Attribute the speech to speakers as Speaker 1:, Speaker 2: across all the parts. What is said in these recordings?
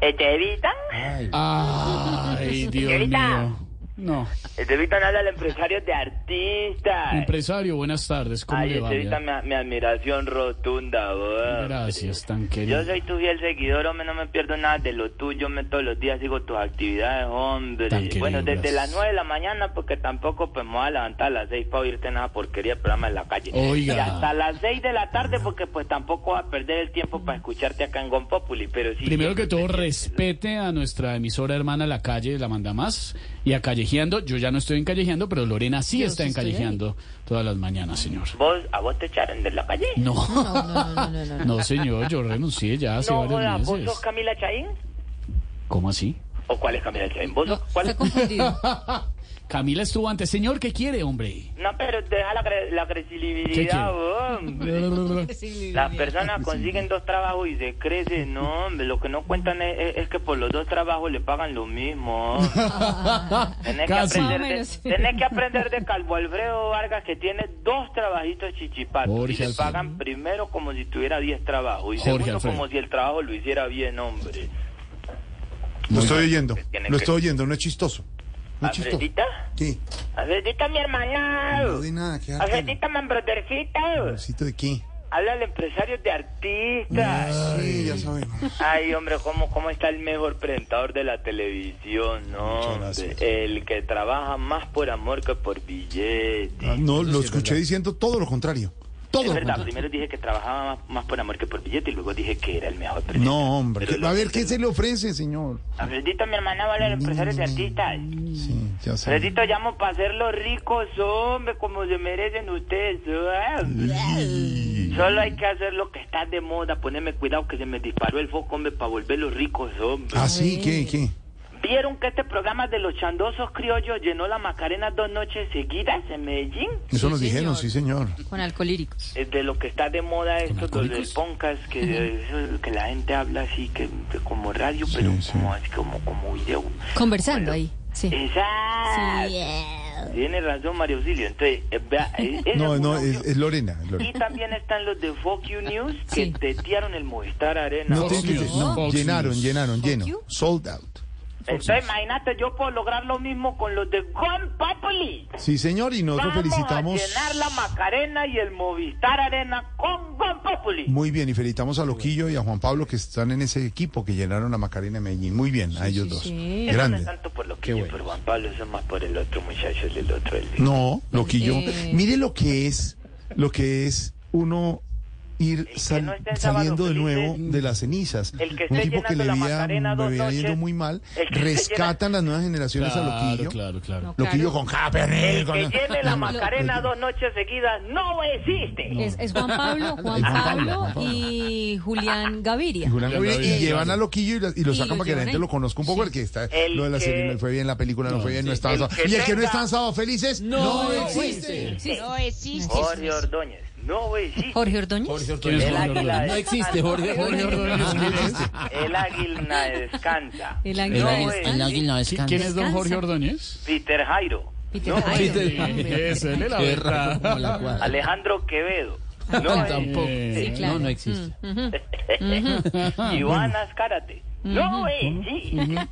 Speaker 1: Echevita.
Speaker 2: Ay,
Speaker 3: Ay, Dios
Speaker 1: Señorita.
Speaker 3: mío. No.
Speaker 1: Echevita me habla el empresario de artistas.
Speaker 3: Empresario, buenas tardes. ¿Cómo
Speaker 1: Ay,
Speaker 3: le va?
Speaker 1: Echevita,
Speaker 3: Bea?
Speaker 1: mi, mi admiración rotunda, weón.
Speaker 3: Gracias, tan querido.
Speaker 1: Yo soy tu fiel seguidor, hombre, no me pierdo nada de lo tuyo, me todos los días sigo tus actividades, hombre.
Speaker 3: Tan querido,
Speaker 1: bueno, desde
Speaker 3: gracias.
Speaker 1: las 9 de la mañana, porque tampoco pues, me voy a levantar a las 6 para oírte nada porquería de programa en la calle.
Speaker 3: Oiga.
Speaker 1: Y hasta las 6 de la tarde, porque pues tampoco vas a perder el tiempo para escucharte acá en Gompopuli, pero sí...
Speaker 3: Primero que todo,
Speaker 1: siempre-
Speaker 3: respete a nuestra emisora hermana La Calle, la manda más. Y a Callejeando, yo ya no estoy en Callejeando, pero Lorena sí
Speaker 4: Yo
Speaker 3: está
Speaker 4: sí
Speaker 3: en
Speaker 4: estoy ahí.
Speaker 3: Callejeando todas las mañanas, señor.
Speaker 1: ¿Vos, ¿A vos te echaron de la calle?
Speaker 3: No,
Speaker 4: No, no, no, no, no, no.
Speaker 3: no, señor, yo renuncié ya hace
Speaker 1: No, joda,
Speaker 3: varios
Speaker 1: ¿vos
Speaker 3: meses.
Speaker 1: sos Camila Chaín?
Speaker 3: ¿Cómo así?
Speaker 1: ¿O cuál es Camila Chaín? ¿Vos
Speaker 4: No,
Speaker 1: sos cuál?
Speaker 4: está confundido.
Speaker 3: Camila estuvo antes. Señor, ¿qué quiere, hombre?
Speaker 1: No, pero deja la, cre- la
Speaker 3: ¿Qué quiere?
Speaker 1: crecibilidad, hombre.
Speaker 4: Sí,
Speaker 1: Las
Speaker 4: bien.
Speaker 1: personas consiguen dos trabajos y se crecen, no, hombre, lo que no cuentan es, es- es que por los dos trabajos le pagan lo mismo. hombre. Tenés que,
Speaker 3: Casi.
Speaker 1: aprender de,
Speaker 4: Más o menos.
Speaker 1: tenés que aprender de Calvo Alfredo Vargas que tiene dos trabajitos chichipatos
Speaker 3: Jorge
Speaker 1: y le
Speaker 3: Alfredo.
Speaker 1: pagan primero como si tuviera diez trabajos y
Speaker 3: Jorge
Speaker 1: segundo
Speaker 3: Alfredo.
Speaker 1: como si el trabajo lo hiciera bien, hombre.
Speaker 2: lo estoy oyendo.
Speaker 1: Tiene
Speaker 2: Lo
Speaker 1: que-
Speaker 2: estoy oyendo, no es chistoso. No es chistoso.
Speaker 1: ¿Alfredita?
Speaker 2: ¿Qué?
Speaker 1: ¿Alfredita, mi
Speaker 2: No
Speaker 1: hermanado?
Speaker 2: di nada, qué
Speaker 1: ¿Alfredita, mi brodercita?
Speaker 2: ¿Necesito de qué?
Speaker 1: Habla el empresario de artistas.
Speaker 2: Ay, ya sabemos.
Speaker 1: Ay, hombre, ¿cómo, ¿cómo está el mejor presentador de la televisión? No,
Speaker 2: Muchas gracias.
Speaker 1: hombre, el que trabaja más por amor que por billete.
Speaker 2: Ah, No, lo escuché diciendo todo lo contrario. Todo
Speaker 1: es
Speaker 2: lo
Speaker 1: verdad,
Speaker 2: contrario.
Speaker 1: primero dije que trabajaba más, más por amor que por billete y luego dije que era el mejor presentador.
Speaker 2: No, hombre.
Speaker 1: Pero
Speaker 2: ¿qué- A
Speaker 1: lo-
Speaker 2: ver, ¿qué se le ofrece, señor?
Speaker 1: Alfredito, mi hermana, habla el empresario de artistas.
Speaker 2: Sí, ya sé.
Speaker 1: Alfredito, llamo para ser los ricos, hombre, como se merecen ustedes. hombre. Solo hay que hacer lo que está de moda, ponerme cuidado que se me disparó el foco, hombre, para volver los ricos, hombre.
Speaker 2: Ah, sí, ¿qué? ¿Qué?
Speaker 1: ¿Vieron que este programa de los chandosos criollos llenó la Macarena dos noches seguidas en Medellín?
Speaker 2: Eso
Speaker 4: señor.
Speaker 2: nos dijeron, sí, señor.
Speaker 4: Con alcoholíricos.
Speaker 1: Es de lo que está de moda esto,
Speaker 3: ¿Con
Speaker 1: los del
Speaker 3: alcohólicos?
Speaker 1: Poncas, que, eso, que la gente habla así, que, que como radio, pero
Speaker 2: sí.
Speaker 1: como así, como, como video.
Speaker 4: Conversando ahí. Sí.
Speaker 1: Exacto.
Speaker 4: Yeah.
Speaker 1: Tiene razón Mario Auxilio. Entonces, eh, vea, eh, esa
Speaker 2: No,
Speaker 1: es
Speaker 2: no,
Speaker 1: una
Speaker 2: es,
Speaker 1: opción.
Speaker 2: es Lorena. es
Speaker 1: Y
Speaker 2: Lorena.
Speaker 1: también están los de Fox You News que
Speaker 4: Sí.
Speaker 1: tetearon el Movistar Arena.
Speaker 2: No,
Speaker 3: Fox
Speaker 2: tiene que-
Speaker 3: News.
Speaker 2: no,
Speaker 3: Fox
Speaker 2: llenaron,
Speaker 3: News.
Speaker 2: llenaron, lleno.
Speaker 4: you.
Speaker 2: Sold out.
Speaker 1: Entonces, imagínate, yo puedo lograr lo mismo con los de Gone Populi.
Speaker 2: Sí, señor, y nosotros
Speaker 1: Vamos
Speaker 2: felicitamos.
Speaker 1: a llenar la Macarena y el Movistar Arena con Gon Populi.
Speaker 2: Muy bien, y felicitamos a Loquillo y a Juan Pablo que están en ese equipo que llenaron la Macarena de Medellín. Muy bien, a ellos dos.
Speaker 4: sí.
Speaker 1: Eso no es
Speaker 2: Grande.
Speaker 1: tanto por lo que yo, por Juan Pablo, eso es más por el otro muchacho, el del otro. El...
Speaker 2: No, Loquillo.
Speaker 4: Eh.
Speaker 2: Mire lo que es, lo que es uno ir
Speaker 1: que
Speaker 2: sal-
Speaker 1: no esté en Sábado
Speaker 2: saliendo de
Speaker 1: Feliz
Speaker 2: nuevo
Speaker 1: es-
Speaker 2: de las cenizas.
Speaker 1: el que esté
Speaker 2: Un tipo que
Speaker 1: llenando
Speaker 2: le
Speaker 1: la
Speaker 2: había,
Speaker 1: Macarena
Speaker 2: le
Speaker 1: dos
Speaker 2: había ido
Speaker 1: noches,
Speaker 2: muy mal,
Speaker 1: el que esté
Speaker 2: rescatan las nuevas generaciones a
Speaker 3: Claro,
Speaker 2: Loquillo.
Speaker 3: claro, claro.
Speaker 4: No,
Speaker 2: Loquillo
Speaker 4: claro.
Speaker 2: con Caperel, con
Speaker 1: Que llene la Macarena
Speaker 2: Loquillo.
Speaker 1: dos noches seguidas no existe.
Speaker 4: Es, es Juan Pablo, Juan
Speaker 2: Juan Pablo,
Speaker 4: Pablo
Speaker 2: Juan Pablo.
Speaker 4: y Julián Gaviria.
Speaker 2: Y, Julián
Speaker 3: Ya
Speaker 2: Gaviria,
Speaker 3: lo
Speaker 2: y
Speaker 3: había
Speaker 2: llevan
Speaker 3: llegado.
Speaker 2: a Loquillo y lo, y lo
Speaker 4: Y
Speaker 2: sacan
Speaker 4: lo
Speaker 2: para que la
Speaker 4: llevan
Speaker 2: gente
Speaker 4: ahí.
Speaker 2: lo conozca un poco, el que está,
Speaker 1: El
Speaker 2: lo de la
Speaker 1: que-
Speaker 2: serie no fue bien, la película no, fue bien, no estaba
Speaker 1: el
Speaker 2: sábado.
Speaker 1: que
Speaker 2: Y el que no
Speaker 1: tenga-
Speaker 2: está en sábado felices, eh.
Speaker 3: No
Speaker 4: existe. Sí, sí.
Speaker 5: No existe.
Speaker 1: Jorge Ordóñez, no existe.
Speaker 4: Jorge Ordóñez.
Speaker 3: ¿Quién es
Speaker 1: El
Speaker 3: Jorge
Speaker 1: águila
Speaker 3: Ordóñez?
Speaker 1: no existe, Jorge.
Speaker 3: Jorge Ordóñez, ¿quién es?
Speaker 1: El águila descansa.
Speaker 4: El águila
Speaker 1: No
Speaker 4: descansa.
Speaker 1: existe.
Speaker 6: El águila
Speaker 3: ¿Qui-
Speaker 6: descansa.
Speaker 3: ¿Quién es don
Speaker 4: Descansa.
Speaker 3: Jorge Ordóñez?
Speaker 1: Peter Jairo.
Speaker 4: Peter
Speaker 1: No
Speaker 4: Jairo.
Speaker 1: existe.
Speaker 4: hombre.
Speaker 3: Eso, él es la
Speaker 6: Qué raro como
Speaker 3: verdad.
Speaker 6: la cuadra.
Speaker 1: Alejandro Quevedo. No existe.
Speaker 6: Tampoco.
Speaker 3: Eh,
Speaker 4: Sí, claro.
Speaker 6: No, no existe.
Speaker 1: Iván Azcárate. No existe.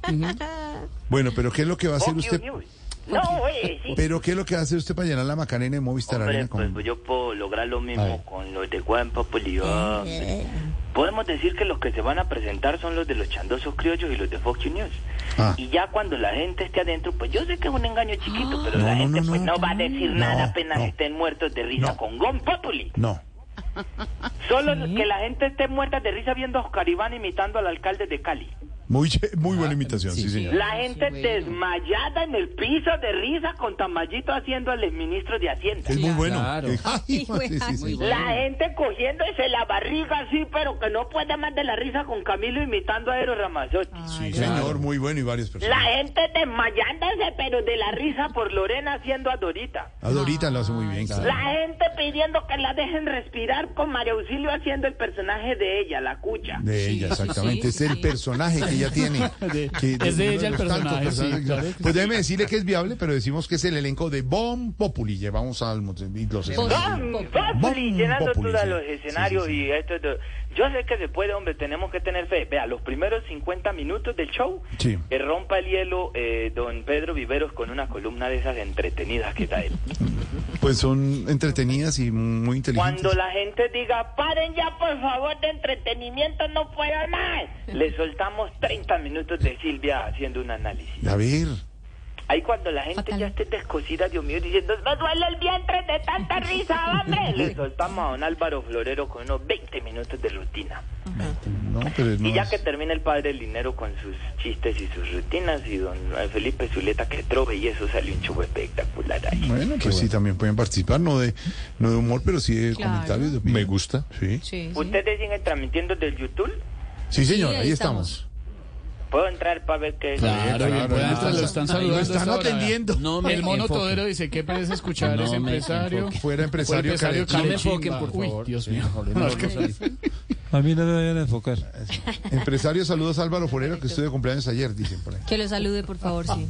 Speaker 2: Bueno, pero ¿qué es lo que va a hacer
Speaker 1: Fox
Speaker 2: usted?
Speaker 1: News. No existe.
Speaker 2: Pero ¿qué es lo que va a hacer usted para llenar la Macarena de Movistar
Speaker 1: Hombre,
Speaker 2: Arena?
Speaker 1: pues
Speaker 2: Con...
Speaker 1: yo puedo lograr lo
Speaker 2: Ay.
Speaker 1: mismo con los de Juan Populi. hombre. Podemos decir que los que se van a presentar son los de los chandosos criollos y los de Fox News.
Speaker 2: Ah.
Speaker 1: Y ya cuando la gente esté adentro, pues yo sé que es un engaño chiquito, pero
Speaker 2: Ah. No,
Speaker 1: la
Speaker 2: no,
Speaker 1: gente
Speaker 2: no,
Speaker 1: pues
Speaker 2: no.
Speaker 1: no va a decir
Speaker 2: No,
Speaker 1: nada apenas
Speaker 2: no.
Speaker 1: estén muertos de risa
Speaker 2: No.
Speaker 1: con Gon Populi.
Speaker 2: No.
Speaker 1: Solo que la gente esté muerta de risa viendo a Oscar Iván imitando al alcalde de Cali.
Speaker 2: Muy, muy buena imitación, sí,
Speaker 6: sí,
Speaker 2: señor.
Speaker 1: La gente desmayada en el piso de risa con Tamayito haciendo al ministro de Hacienda.
Speaker 2: Es muy bueno.
Speaker 6: Claro.
Speaker 2: Ay, sí, sí, sí.
Speaker 6: Muy bueno.
Speaker 1: La gente cogiéndose la barriga así, pero que no puede más de la risa con Camilo imitando a Eros Ramazzotti.
Speaker 2: Sí, señor, muy bueno y varias
Speaker 1: La
Speaker 2: personas.
Speaker 1: gente desmayándose, pero de la risa por Lorena haciendo a Dorita.
Speaker 2: A Dorita lo hace muy bien, claro.
Speaker 1: La gente pidiendo que la dejen respirar con María Auxilio haciendo el personaje de ella, la cucha.
Speaker 2: De ella, exactamente. es el personaje que ella tiene.
Speaker 3: De-
Speaker 2: que
Speaker 3: es de ella el
Speaker 2: los tantos
Speaker 3: personaje, sí,
Speaker 2: personajes que-
Speaker 3: claro que
Speaker 2: Pues déjeme decirle que es viable, pero decimos que es el elenco de Bon Populi. Llevamos al y los escenarios.
Speaker 1: Bam, Populi,
Speaker 2: Bam,
Speaker 1: llenando
Speaker 2: Populi,
Speaker 1: todos
Speaker 2: sí.
Speaker 1: los escenarios
Speaker 2: Sí, sí, sí.
Speaker 1: y esto, esto. Yo sé que se puede, hombre, tenemos que tener fe. Vea, los primeros 50 minutos del show,
Speaker 2: Sí.
Speaker 1: eh, rompa el hielo eh, don Pedro Viveros con una columna de esas entretenidas que da él.
Speaker 2: Pues son entretenidas y muy inteligentes.
Speaker 1: Cuando la gente diga, paren ya por favor de entretenimiento, no puedo más, le soltamos 30 minutos de Silvia haciendo un análisis.
Speaker 2: A ver.
Speaker 1: Ahí cuando la gente
Speaker 4: Fatal.
Speaker 1: ya esté descosida, Dios mío, diciendo, me duele el vientre de tanta risa, hombre. Le soltamos a don Álvaro Florero con unos 20 minutos de rutina.
Speaker 2: No, pero no
Speaker 1: y ya
Speaker 2: es-
Speaker 1: que termina el padre el dinero con sus chistes y sus rutinas, y don Felipe Zuleta que trove, y eso salió un show espectacular ahí.
Speaker 2: Bueno, pues sí, también pueden participar, no de, no de humor, pero sí de
Speaker 4: Claro.
Speaker 2: comentarios. De Me gusta. Sí.
Speaker 4: Sí, sí.
Speaker 1: ¿Ustedes siguen transmitiendo del YouTube?
Speaker 2: Sí, señor,
Speaker 4: Sí, ahí
Speaker 2: ahí estamos.
Speaker 1: ¿Puedo entrar para ver qué es?
Speaker 3: Claro,
Speaker 2: claro,
Speaker 3: y el
Speaker 2: ahí
Speaker 3: Buda
Speaker 2: está.
Speaker 3: lo están
Speaker 2: Ahí lo
Speaker 3: saludando.
Speaker 2: están
Speaker 3: a esta hora.
Speaker 2: atendiendo.
Speaker 3: No me- el mono todero dice, qué pereza escuchar
Speaker 5: No
Speaker 3: ese
Speaker 5: me
Speaker 3: empresario.
Speaker 5: enfoque.
Speaker 2: Fuera empresario,
Speaker 3: No me
Speaker 2: carechimba.
Speaker 3: enfoquen, por favor. Uy, Dios
Speaker 2: Sí,
Speaker 3: mío.
Speaker 2: Jorge,
Speaker 3: No,
Speaker 2: no,
Speaker 3: es que-
Speaker 5: A mí no me vayan a enfocar.
Speaker 2: Empresario, saludos a Álvaro Forero, que estuvo de cumpleaños ayer, dicen por ahí.
Speaker 4: Que lo salude, por favor, sí.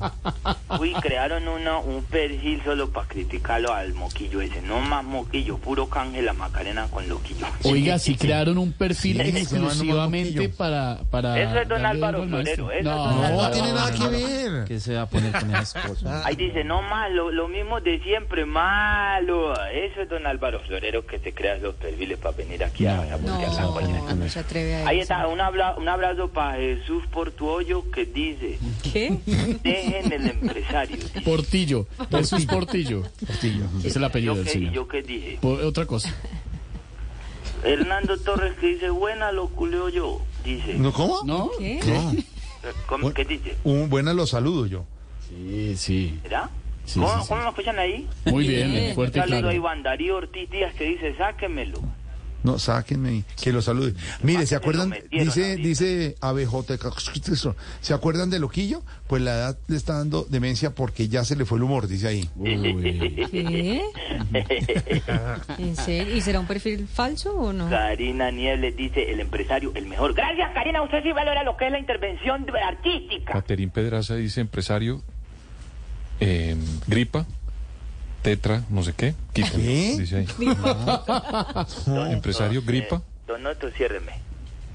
Speaker 1: Uy, crearon una, un perfil solo para criticarlo al moquillo ese. No más moquillo, puro canje la Macarena con loquillo.
Speaker 3: Oiga, si crearon un perfil
Speaker 2: Sí, se llama
Speaker 3: exclusivamente
Speaker 2: Moquillo.
Speaker 3: para, para.
Speaker 1: Eso es don
Speaker 3: darle
Speaker 1: Álvaro
Speaker 3: algo al maestro.
Speaker 1: Florero, eso es don
Speaker 3: No,
Speaker 1: Álvaro
Speaker 2: No,
Speaker 1: Claro,
Speaker 2: tiene nada que
Speaker 1: claro.
Speaker 2: ver.
Speaker 5: Que se va a poner con esas cosas.
Speaker 7: Ah,
Speaker 1: Ahí dice, no más, lo, lo mismo de siempre, malo. Eso es don Álvaro Florero que te creas los perfiles para venir aquí a a
Speaker 4: No,
Speaker 1: buscar la
Speaker 4: no,
Speaker 1: guayana.
Speaker 4: no se atreve a eso.
Speaker 1: Ahí está, un, abra- un abrazo para Jesús Portuollo que dice,
Speaker 4: ¿Qué?
Speaker 1: dejen el empresario. dice.
Speaker 3: Portillo. Jesús Portillo.
Speaker 2: Portillo.
Speaker 3: Es el apellido
Speaker 1: Yo
Speaker 3: del
Speaker 1: que, yo
Speaker 3: señor.
Speaker 1: que dije.
Speaker 3: Por- otra cosa.
Speaker 1: Hernando Torres que dice, buena lo culeo yo. Dice,
Speaker 2: ¿No, ¿Cómo?
Speaker 3: ¿No?
Speaker 4: ¿Qué?
Speaker 2: No.
Speaker 1: ¿cómo que dice?
Speaker 2: Un, buena los saludo yo.
Speaker 3: Sí, sí.
Speaker 1: ¿Verdad?
Speaker 3: Sí,
Speaker 1: ¿Cómo,
Speaker 3: sí, sí.
Speaker 1: cómo lo escuchan ahí?
Speaker 3: Muy bien,
Speaker 4: Bien.
Speaker 3: fuerte y
Speaker 1: Saludo a
Speaker 3: claro.
Speaker 1: Iván Darío Ortiz Díaz que dice, sáquemelo.
Speaker 2: No, sáquenme, que los salude. Mire, ¿se acuerdan?
Speaker 1: Ah, Lo metieron
Speaker 2: Dice,
Speaker 1: ahorita.
Speaker 2: dice Abejoteca, ¿se acuerdan de Loquillo? Pues la edad le está dando demencia porque ya se le fue el humor, dice ahí.
Speaker 3: Uy.
Speaker 4: ¿Qué? ¿En serio? ¿Y será un perfil falso o no?
Speaker 1: Karina Niebles dice, el empresario, el mejor. Gracias, Karina, usted sí valora lo que es la intervención de- artística.
Speaker 6: Caterín Pedraza dice empresario, eh, gripa, tetra, no sé qué, quítenlo,
Speaker 2: ¿Qué?
Speaker 6: dice ahí. Ah, Empresario, gripa.
Speaker 1: Donoto, eh, ciérreme.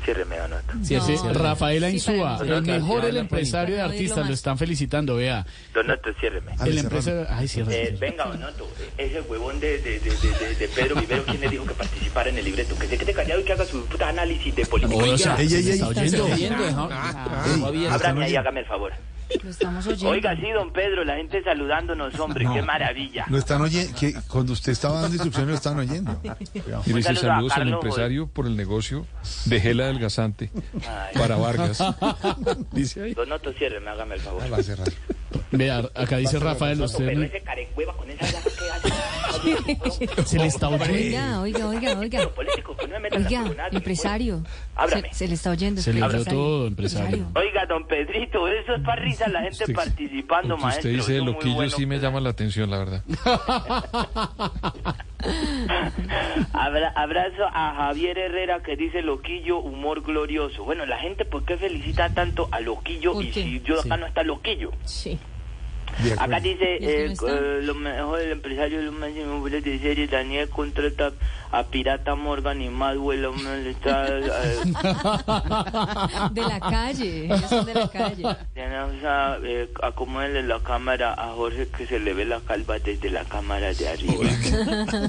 Speaker 1: Ciérreme, Donoto.
Speaker 3: Sí,
Speaker 4: No.
Speaker 3: ese Rafael
Speaker 4: Sí,
Speaker 3: Ainzúa,
Speaker 4: para
Speaker 3: el
Speaker 4: nosotros.
Speaker 3: mejor, el
Speaker 4: No,
Speaker 3: empresario de
Speaker 4: no, no,
Speaker 3: artistas,
Speaker 4: no,
Speaker 3: lo están felicitando, vea.
Speaker 1: Donoto, ciérreme.
Speaker 2: A ver,
Speaker 3: El
Speaker 2: cerrame.
Speaker 3: empresario... Ay,
Speaker 6: Ah,
Speaker 3: sí,
Speaker 1: Eh, venga, Donoto, ese huevón de, de, de, de, de- de Pedro Vivero, ¿quién le dijo que participara en el libreto? Que se quede callado y que haga su puta análisis de política.
Speaker 3: Oye, o sea,
Speaker 2: ella-
Speaker 3: se
Speaker 2: ella-
Speaker 3: está oyendo.
Speaker 1: Ah, Ábrame ahí, hágame el favor.
Speaker 4: Lo estamos oyendo.
Speaker 1: Oiga, sí, don Pedro, la gente saludándonos, hombre, qué maravilla.
Speaker 2: Lo están oyendo, que cuando usted estaba dando instrucciones lo estaban oyendo.
Speaker 6: Y
Speaker 1: Un
Speaker 6: dice
Speaker 1: saludo pues, a
Speaker 6: saludos al
Speaker 1: Carlos,
Speaker 6: empresario por el negocio de Gela Adelgazante para Vargas. dice ahí.
Speaker 1: Donoto, ciérreme, hágame el favor.
Speaker 2: Va a cerrar.
Speaker 3: Vea, acá dice Rafael, usted...
Speaker 1: Pero
Speaker 3: no-
Speaker 1: ese carecueva con esa llave que hace.
Speaker 3: Se le está oyendo.
Speaker 4: Oiga, oiga, oiga, oiga.
Speaker 1: Político, que no me metas a
Speaker 4: Oiga,
Speaker 1: coronado,
Speaker 4: empresario.
Speaker 1: Háblame.
Speaker 4: Se, se le está oyendo.
Speaker 3: Se le oyó
Speaker 4: empresario.
Speaker 3: todo, empresario.
Speaker 1: Oiga, don Pedrito, eso es para risa la gente
Speaker 6: Usted-
Speaker 1: participando,
Speaker 6: Aunque
Speaker 1: maestro.
Speaker 6: usted dice
Speaker 1: eso muy
Speaker 6: loquillo,
Speaker 1: bueno.
Speaker 6: sí me llama la atención, la verdad.
Speaker 1: Abra- abrazo a Javier Herrera que dice loquillo, humor glorioso. Bueno, la gente, ¿por qué felicita tanto a loquillo
Speaker 4: ¿Por
Speaker 1: y
Speaker 4: qué?
Speaker 1: si yo acá no está loquillo?
Speaker 4: Sí.
Speaker 2: De
Speaker 1: Acá
Speaker 2: acuerdo.
Speaker 1: dice,
Speaker 4: ¿Y es
Speaker 1: eh,
Speaker 4: que no está?
Speaker 1: eh, lo mejor del empresario, lo máximo bueno de serie, Daniel contrata a Pirata Morgan y Madwell, hombre, está... eh,
Speaker 4: De la calle. Ellos son de la calle.
Speaker 1: Tenemos a, eh, acomódenle la cámara a Jorge que se le ve la calva desde la cámara de arriba.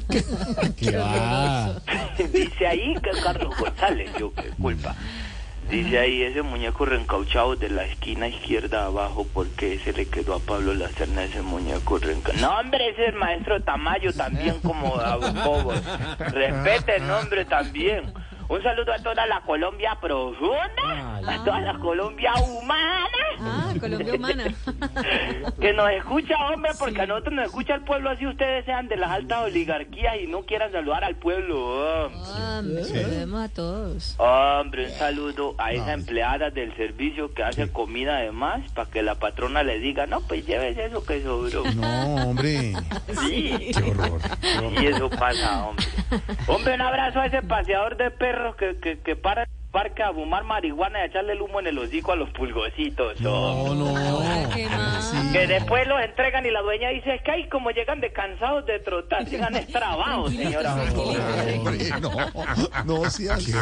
Speaker 3: Que va.
Speaker 1: Dice ahí que Carlos González, yo qué culpa. Dice ahí ese muñeco reencauchado de la esquina izquierda abajo porque se le quedó a Pablo Lacerna ese muñeco reencauchado. No, hombre, ese es el maestro Tamayo también como a un bobo. Respete el nombre también. Un saludo a toda la Colombia profunda, a toda la Colombia humana.
Speaker 4: Ah, Colombia humana.
Speaker 1: Que nos escucha, hombre, porque a nosotros nos escucha el pueblo así ustedes sean de las altas oligarquías y no quieran saludar al pueblo. Hombre,
Speaker 4: Hombre, Ah, saludemos a todos.
Speaker 1: Hombre, un saludo a esa empleada del servicio que hace comida además para que la patrona le diga, no, pues llévese eso que sobró.
Speaker 2: No, hombre.
Speaker 1: Sí,
Speaker 2: Qué horror. qué horror.
Speaker 1: y eso pasa, hombre. Hombre, un abrazo a ese paseador de perros que, que, que para... parque a fumar marihuana y a echarle el humo en el hocico a los pulgositos.
Speaker 5: No,
Speaker 1: hombre.
Speaker 5: no.
Speaker 4: Ahora, ¿qué más?
Speaker 1: Que después los entregan y la dueña dice, es que ahí como llegan de cansados de trotar, llegan estrabados, señora.
Speaker 2: Hombre, no, no sea así.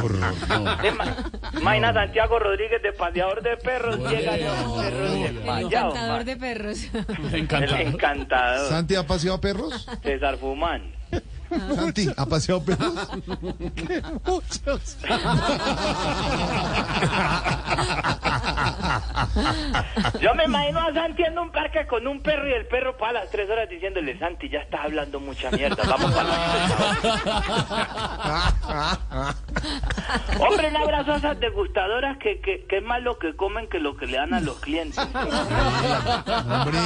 Speaker 1: Maina Santiago Rodríguez, despadeador de perros, llega y los perros
Speaker 4: El
Speaker 1: despadeados,
Speaker 4: encantador
Speaker 1: man.
Speaker 4: de perros.
Speaker 1: El
Speaker 3: Encantado.
Speaker 1: encantador,
Speaker 2: ¿Santi ha paseado perros?
Speaker 1: César Fumán.
Speaker 2: ¿Santi ha paseado perros? ¡Qué muchos!
Speaker 1: Yo me imagino a Santi en un parque con un perro y el perro para las tres horas diciéndole, Santi, ya estás hablando mucha mierda, vamos para Hombre, un abrazo a esas degustadoras que, que, que es más lo que comen que lo que le dan a los clientes.
Speaker 2: Hombre,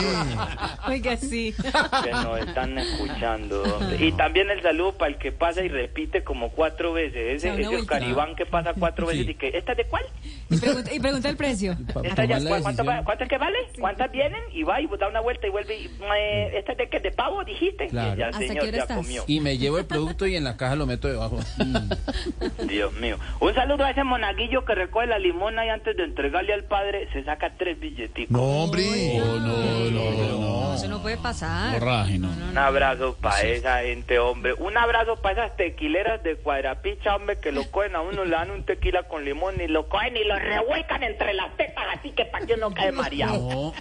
Speaker 4: Oiga, sí.
Speaker 1: que nos están escuchando. hombre. Y también el saludo para el que pasa y repite como cuatro veces.
Speaker 4: Se
Speaker 1: Ese,
Speaker 4: da una
Speaker 1: ese
Speaker 4: vuelta.
Speaker 1: caribán que pasa cuatro veces y que, ¿esta de cuál?
Speaker 4: Y pregunta, y pregunta el precio.
Speaker 1: ¿Esta ya cuál? ¿Cuánto, va- cuánto es que vale? ¿Cuántas vienen? Y va y da una vuelta y vuelve. Y, eh, ¿Esta de qué? ¿De pavo dijiste?
Speaker 7: Claro.
Speaker 1: Y ya,
Speaker 4: ¿Hasta qué
Speaker 1: señor,
Speaker 4: hora
Speaker 1: ya
Speaker 4: estás?
Speaker 1: comió.
Speaker 7: Y me llevo el producto y en la caja lo meto debajo.
Speaker 5: Mm,
Speaker 1: Dios mío. Un saludo a ese monaguillo que recoge la limona y antes de entregarle al padre se saca tres billeticos.
Speaker 2: no, hombre.
Speaker 3: No, no, no, no.
Speaker 4: No, eso no puede pasar.
Speaker 3: Borraje, no.
Speaker 1: Un abrazo para esa gente, hombre. Un abrazo para esas tequileras de cuadrapicha, hombre, que lo cogen a uno, le dan un tequila con limón y lo cogen y lo revuelcan entre las tetas, así que para que uno quede mareado.
Speaker 7: No,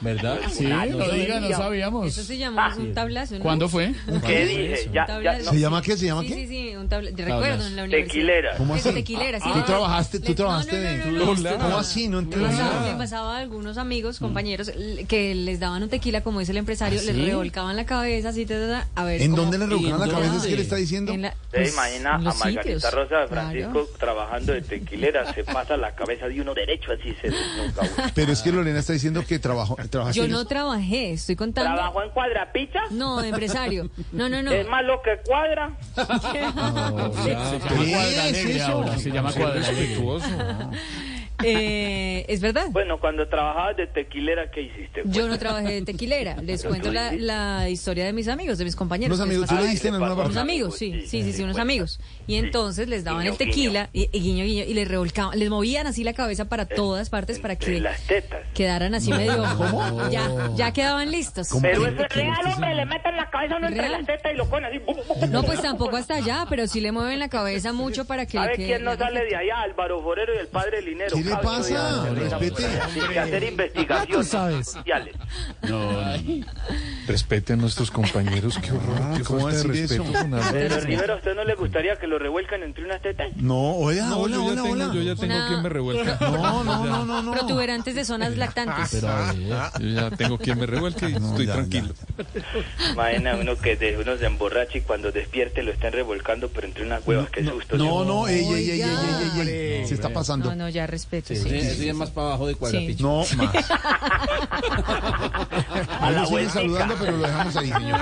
Speaker 7: ¿verdad?
Speaker 3: Sí, no diga, no
Speaker 4: Eso
Speaker 3: sabíamos.
Speaker 4: se llama un tablazo, ¿no?
Speaker 3: ¿Cuándo fue?
Speaker 1: ¿Qué dije? Ya, ya,
Speaker 4: Tablazo.
Speaker 1: no.
Speaker 2: ¿Se llama qué? ¿Se llama
Speaker 4: Sí, sí,
Speaker 2: qué?
Speaker 4: sí, un tablazo.
Speaker 3: Tablas.
Speaker 4: Recuerdo en la universidad.
Speaker 1: Tequileras.
Speaker 2: ¿Cómo así?
Speaker 4: Tequilera, sí.
Speaker 2: Tú trabajaste, tú
Speaker 4: Le-
Speaker 2: trabajaste
Speaker 4: no, no,
Speaker 2: de...
Speaker 4: no, no,
Speaker 6: Lola.
Speaker 2: ¿Cómo así? No
Speaker 4: Me pasaba,
Speaker 2: entendí.
Speaker 4: me pasaba a algunos
Speaker 2: Mm.
Speaker 4: amigos, compañeros, l- que les daban un tequila, como es el empresario, les revolcaban la cabeza, así, ta, ta, ta, a ver.
Speaker 2: ¿Ah, ¿En
Speaker 4: cómo-
Speaker 2: dónde le rebuscaron la
Speaker 7: ¿En
Speaker 2: cabeza? ¿Es
Speaker 7: dónde?
Speaker 2: que le está diciendo?
Speaker 4: En la-
Speaker 1: ¿Se
Speaker 4: pues,
Speaker 1: imagina a
Speaker 4: en los
Speaker 1: Margarita
Speaker 4: sitios.
Speaker 1: Rosa de
Speaker 4: Claro.
Speaker 1: Francisco trabajando de tequilera? Se pasa la cabeza de uno derecho, así se desnuca uno.
Speaker 2: Pero es que Lorena está diciendo que trabajó, trabajaste...
Speaker 4: Yo no trabajé, estoy contando.
Speaker 1: ¿Trabajó en cuadrapicha?
Speaker 4: No, empresario. No, no, no.
Speaker 1: ¿Es más lo que cuadra?
Speaker 3: Se llama Cuadra
Speaker 2: ¿Qué es
Speaker 3: Negra
Speaker 2: eso?
Speaker 3: ahora, Se llama
Speaker 6: Ser
Speaker 3: Cuadra Negra.
Speaker 6: respetuoso.
Speaker 4: Eh, es verdad.
Speaker 1: Bueno, cuando trabajabas de tequilera, ¿qué hiciste?
Speaker 4: Yo no trabajé en tequilera. Les
Speaker 1: Pero
Speaker 4: cuento
Speaker 1: tú
Speaker 4: la,
Speaker 1: hiciste.
Speaker 4: la historia de mis amigos, de mis compañeros.
Speaker 2: Unos
Speaker 4: que les
Speaker 2: amigos,
Speaker 4: pasaba.
Speaker 2: tú le diste en alguna
Speaker 4: Unos
Speaker 2: parte.
Speaker 4: amigos, sí, sí, sí, sí,
Speaker 1: Pues,
Speaker 4: unos
Speaker 1: cuenta.
Speaker 4: amigos. Y
Speaker 1: Sí.
Speaker 4: entonces les daban
Speaker 1: Guiño,
Speaker 4: el tequila, y, y guiño, guiño, y les revolcaban, les movían así la cabeza para todas partes para
Speaker 1: entre
Speaker 4: que
Speaker 1: las tetas.
Speaker 4: quedaran así medio. Ya, ya quedaban listos.
Speaker 1: Pero eso es real, hombre, le meten la cabeza a uno entre
Speaker 4: Real.
Speaker 1: las tetas y lo ponen así. bu, bu, bu, bu,
Speaker 4: No,
Speaker 1: bu.
Speaker 4: pues tampoco hasta allá, pero sí le mueven la cabeza mucho para que le
Speaker 1: ¿Sabe
Speaker 4: quede-
Speaker 1: quién no sale de allá? Álvaro Forero y el padre Linero.
Speaker 2: ¿Qué le
Speaker 1: Claudio
Speaker 2: pasa?
Speaker 1: Díaz, que ahorita por
Speaker 2: Respete.
Speaker 1: allá. Tiene que hacer investigaciones sociales.
Speaker 3: No, no.
Speaker 6: Respete a nuestros compañeros. Qué horror. Qué
Speaker 2: Ah, ¿cómo
Speaker 6: falta de
Speaker 2: decir eso?
Speaker 6: respeto. con Álvaro.
Speaker 1: Pero Rivero, ¿a usted no le gustaría que lo revuelcan entre unas tetas?
Speaker 2: No, hola,
Speaker 6: No,
Speaker 2: Ah, hola,
Speaker 6: yo ya
Speaker 2: hola,
Speaker 6: tengo-
Speaker 2: hola.
Speaker 6: Yo ya tengo
Speaker 4: Una-
Speaker 6: quien me revuelca.
Speaker 2: No, no, no, no, no.
Speaker 4: Protuberantes de zonas lactantes.
Speaker 6: Yo ya tengo quien me revuelque y estoy
Speaker 2: Ah, ya,
Speaker 6: tranquilo.
Speaker 1: Imagina uno que de, uno se emborracha y cuando despierte lo están revolcando, pero entre unas huevas. Qué susto.
Speaker 2: No, no, ey, ey, ey, ey,
Speaker 4: Oiga.
Speaker 2: ey, ey, ey. Se está pasando.
Speaker 4: No, no, ya respeto.
Speaker 7: Sí,
Speaker 4: sí.
Speaker 7: eso ya es más para abajo de cuadrapicho.
Speaker 2: No más.
Speaker 1: la
Speaker 2: Bueno, sigue
Speaker 1: vueltica.
Speaker 2: saludando, pero lo dejamos ahí, señor.